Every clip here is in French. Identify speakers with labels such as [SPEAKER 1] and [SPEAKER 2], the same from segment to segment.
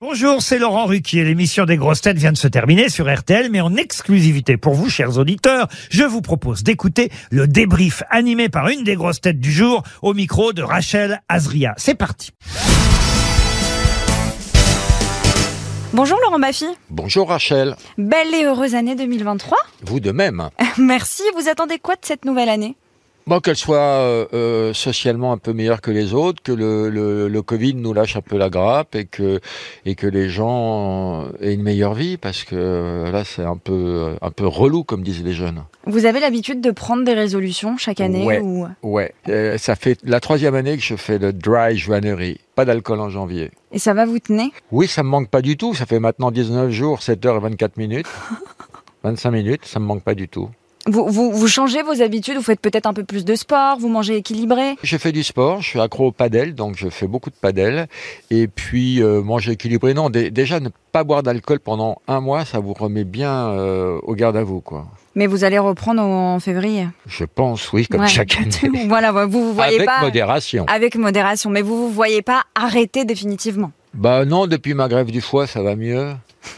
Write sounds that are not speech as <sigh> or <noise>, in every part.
[SPEAKER 1] Bonjour, c'est Laurent Ruquier. L'émission des grosses têtes vient de se terminer sur RTL, mais en exclusivité pour vous, chers auditeurs, je vous propose d'écouter le débrief animé par une des grosses têtes du jour au micro de Rachel Azria. C'est parti.
[SPEAKER 2] Bonjour Laurent Baffy,
[SPEAKER 3] Bonjour Rachel,
[SPEAKER 2] belle et heureuse année 2023.
[SPEAKER 3] vous de même.
[SPEAKER 2] <laughs> Merci, vous attendez quoi de cette nouvelle année
[SPEAKER 3] Bon, qu'elle soit euh, euh, socialement un peu meilleure que les autres, que le, le, le Covid nous lâche un peu la grappe et que, et que les gens aient une meilleure vie, parce que euh, là c'est un peu, un peu relou comme disent les jeunes.
[SPEAKER 2] Vous avez l'habitude de prendre des résolutions chaque année
[SPEAKER 3] Ouais.
[SPEAKER 2] ou...
[SPEAKER 3] Ouais, Euh, ça fait la troisième année que je fais le dry joannery, pas d'alcool en janvier.
[SPEAKER 2] Et ça va vous tenir
[SPEAKER 3] Oui, ça me manque pas du tout, ça fait maintenant 19 jours, 7 heures et 24 <laughs> minutes. 25 minutes, ça me manque pas du tout.
[SPEAKER 2] vous, vous, vous changez vos habitudes, vous faites peut-être un peu plus de sport, vous mangez équilibré.
[SPEAKER 3] J'ai fait du sport, je suis accro au padel, donc je fais beaucoup de padel. Et puis euh, manger équilibré, non, dé- déjà ne pas boire d'alcool pendant un mois, ça vous remet bien euh, au garde à vous, quoi.
[SPEAKER 2] Mais vous allez reprendre en <laughs> février.
[SPEAKER 3] Je pense, oui, comme
[SPEAKER 2] Ouais.
[SPEAKER 3] chaque
[SPEAKER 2] <laughs>
[SPEAKER 3] année.
[SPEAKER 2] voilà, vous vous voyez
[SPEAKER 3] Avec
[SPEAKER 2] pas... Ah.
[SPEAKER 3] modération.
[SPEAKER 2] Avec modération, mais vous vous voyez pas arrêter définitivement.
[SPEAKER 3] Bah non, depuis ma grève du foie, ça va mieux.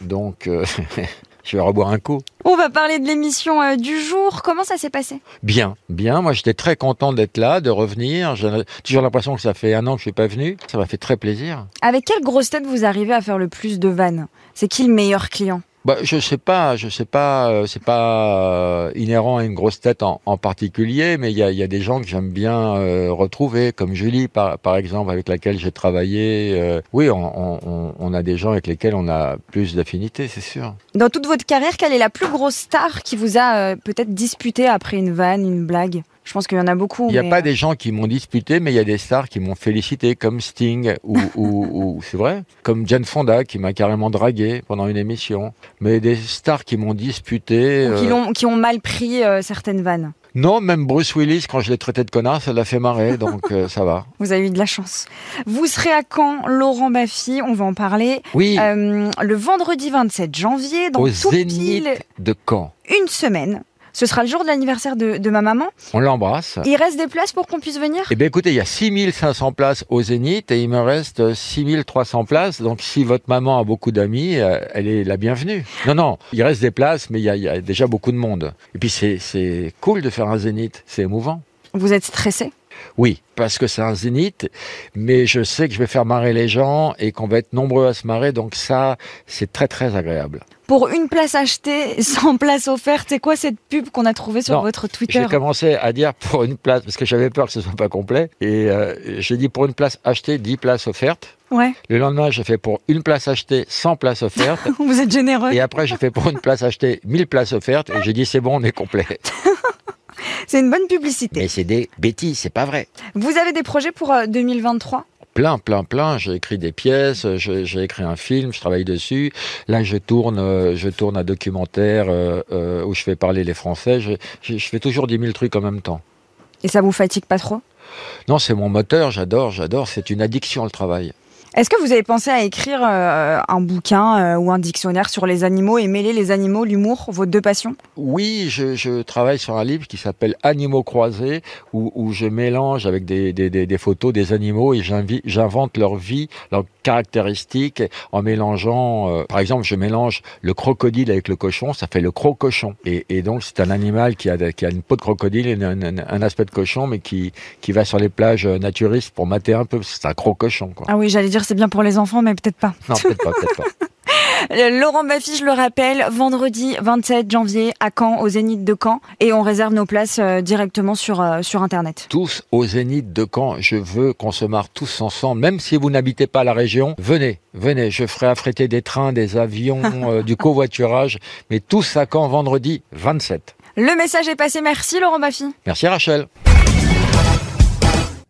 [SPEAKER 3] Donc, euh, <laughs> je vais reboire un coup.
[SPEAKER 2] On va parler de l'émission euh, du jour. Comment ça s'est passé
[SPEAKER 3] Bien, bien. Moi, j'étais très content d'être là, de revenir. J'ai toujours l'impression que ça fait un an que je suis pas venu. Ça m'a fait très plaisir.
[SPEAKER 2] Avec quelle grosse tête vous arrivez à faire le plus de vannes C'est qui le meilleur client
[SPEAKER 3] Bah, je sais pas, je sais pas, euh, c'est pas euh, inhérent à une grosse tête en, en particulier, mais il y a, il y a des gens que j'aime bien euh, retrouver, comme Julie par, par exemple, avec laquelle j'ai travaillé. euh, oui, on, on- on- on a des gens avec lesquels on a plus d'affinité, c'est sûr.
[SPEAKER 2] Dans toute votre carrière, quelle est la plus grosse star qui vous a euh, peut-être disputé après une vanne, une blague Je pense qu'il y en a beaucoup.
[SPEAKER 3] Il n'y a
[SPEAKER 2] mais,
[SPEAKER 3] pas
[SPEAKER 2] euh,
[SPEAKER 3] des gens qui m'ont disputé, mais il y a des stars qui m'ont félicité, comme Sting ou, <laughs> ou- ou- c'est vrai, comme Jane Fonda qui m'a carrément dragué pendant une émission. Mais des stars qui m'ont disputé.
[SPEAKER 2] ou qui,
[SPEAKER 3] euh,
[SPEAKER 2] l'ont- qui ont mal pris euh, certaines vannes.
[SPEAKER 3] Non, même Bruce Willis, quand je l'ai traité de connard, ça l'a fait marrer, donc euh, ça va.
[SPEAKER 2] Vous avez eu de la chance. Vous serez à Caen, Laurent Baffy, on va en parler.
[SPEAKER 3] <laughs> Oui,
[SPEAKER 2] Euh, le vendredi 27 janvier, dans
[SPEAKER 3] au
[SPEAKER 2] tout
[SPEAKER 3] Zénith
[SPEAKER 2] pile
[SPEAKER 3] de Caen.
[SPEAKER 2] une semaine. Ce sera le jour de l'anniversaire de, de ma maman.
[SPEAKER 3] On l'embrasse.
[SPEAKER 2] Il reste des places pour qu'on puisse venir
[SPEAKER 3] Eh bien écoutez, il y a 6500 places au Zénith et il me reste euh, 6300 places. Donc si votre maman a beaucoup d'amis, euh, elle est la bienvenue. Non, non, il reste des places, mais il y a, il y a déjà beaucoup de monde. Et puis c'est- c'est cool de faire un Zénith, c'est émouvant.
[SPEAKER 2] Vous êtes stressé
[SPEAKER 3] Oui, parce que c'est un zénith, mais je sais que je vais faire marrer les gens et qu'on va être nombreux à se marrer, donc ça, c'est très très agréable.
[SPEAKER 2] Pour une place achetée, <laughs> sans place offerte, c'est quoi cette pub qu'on a trouvée sur
[SPEAKER 3] Non,
[SPEAKER 2] votre Twitter
[SPEAKER 3] J'ai commencé à dire pour une place, parce que j'avais peur que ce soit pas complet, et euh, j'ai dit pour une place achetée, 10 places offertes.
[SPEAKER 2] Ouais, <laughs>
[SPEAKER 3] Le lendemain, j'ai fait pour une place achetée, 100 places offertes.
[SPEAKER 2] vous êtes généreux.
[SPEAKER 3] Et après, j'ai fait pour une place achetée, 1000 places offertes. Et j'ai dit, c'est bon, on est complet.
[SPEAKER 2] C'est une bonne publicité.
[SPEAKER 3] Mais c'est des bêtises, c'est pas vrai.
[SPEAKER 2] Vous avez des projets pour euh, 2023
[SPEAKER 3] Plein, plein, plein. J'ai écrit des pièces, je- j'ai écrit un film, je travaille dessus. Là, je tourne, euh, je tourne un documentaire euh, euh, où je fais parler les Français. Je, je- je fais toujours 10 000 trucs en même temps.
[SPEAKER 2] Et ça vous fatigue pas trop
[SPEAKER 3] Non, c'est mon moteur, j'adore, j'adore. C'est une addiction, le travail.
[SPEAKER 2] Est-ce que vous avez pensé à écrire euh, un bouquin euh, ou un dictionnaire sur les animaux et mêler les animaux, l'humour, vos deux passions
[SPEAKER 3] Oui, je, je travaille sur un livre qui s'appelle Animaux croisés, où, où je mélange avec des, des, des, des photos des animaux et j'invi- j'invente leur vie, leurs caractéristiques, en mélangeant, euh, par exemple, je mélange le crocodile avec le cochon, ça fait le crocochon. Et, et donc, c'est un animal qui a, de- qui a une peau de crocodile et une- une- une- un aspect de cochon, mais qui, qui va sur les plages euh, naturistes pour mater un peu, parce que c'est un crocochon,
[SPEAKER 2] <laughs>
[SPEAKER 3] quoi.
[SPEAKER 2] Ah oui, j'allais dire c'est bien pour les enfants, mais peut-être pas.
[SPEAKER 3] Non, peut-être pas, peut-être pas.
[SPEAKER 2] Euh, Laurent Baffy, je le rappelle, vendredi 27 janvier à Caen, au Zénith de Caen, et on réserve nos places euh, directement sur, euh, sur Internet.
[SPEAKER 3] tous au Zénith de Caen. Je veux qu'on se marre tous ensemble, même si vous n'habitez pas la région. Venez, venez, je ferai affréter des trains, des avions, euh, du covoiturage, mais tous à Caen vendredi 27.
[SPEAKER 2] Le message est passé, merci Laurent Baffy.
[SPEAKER 3] Merci Rachel.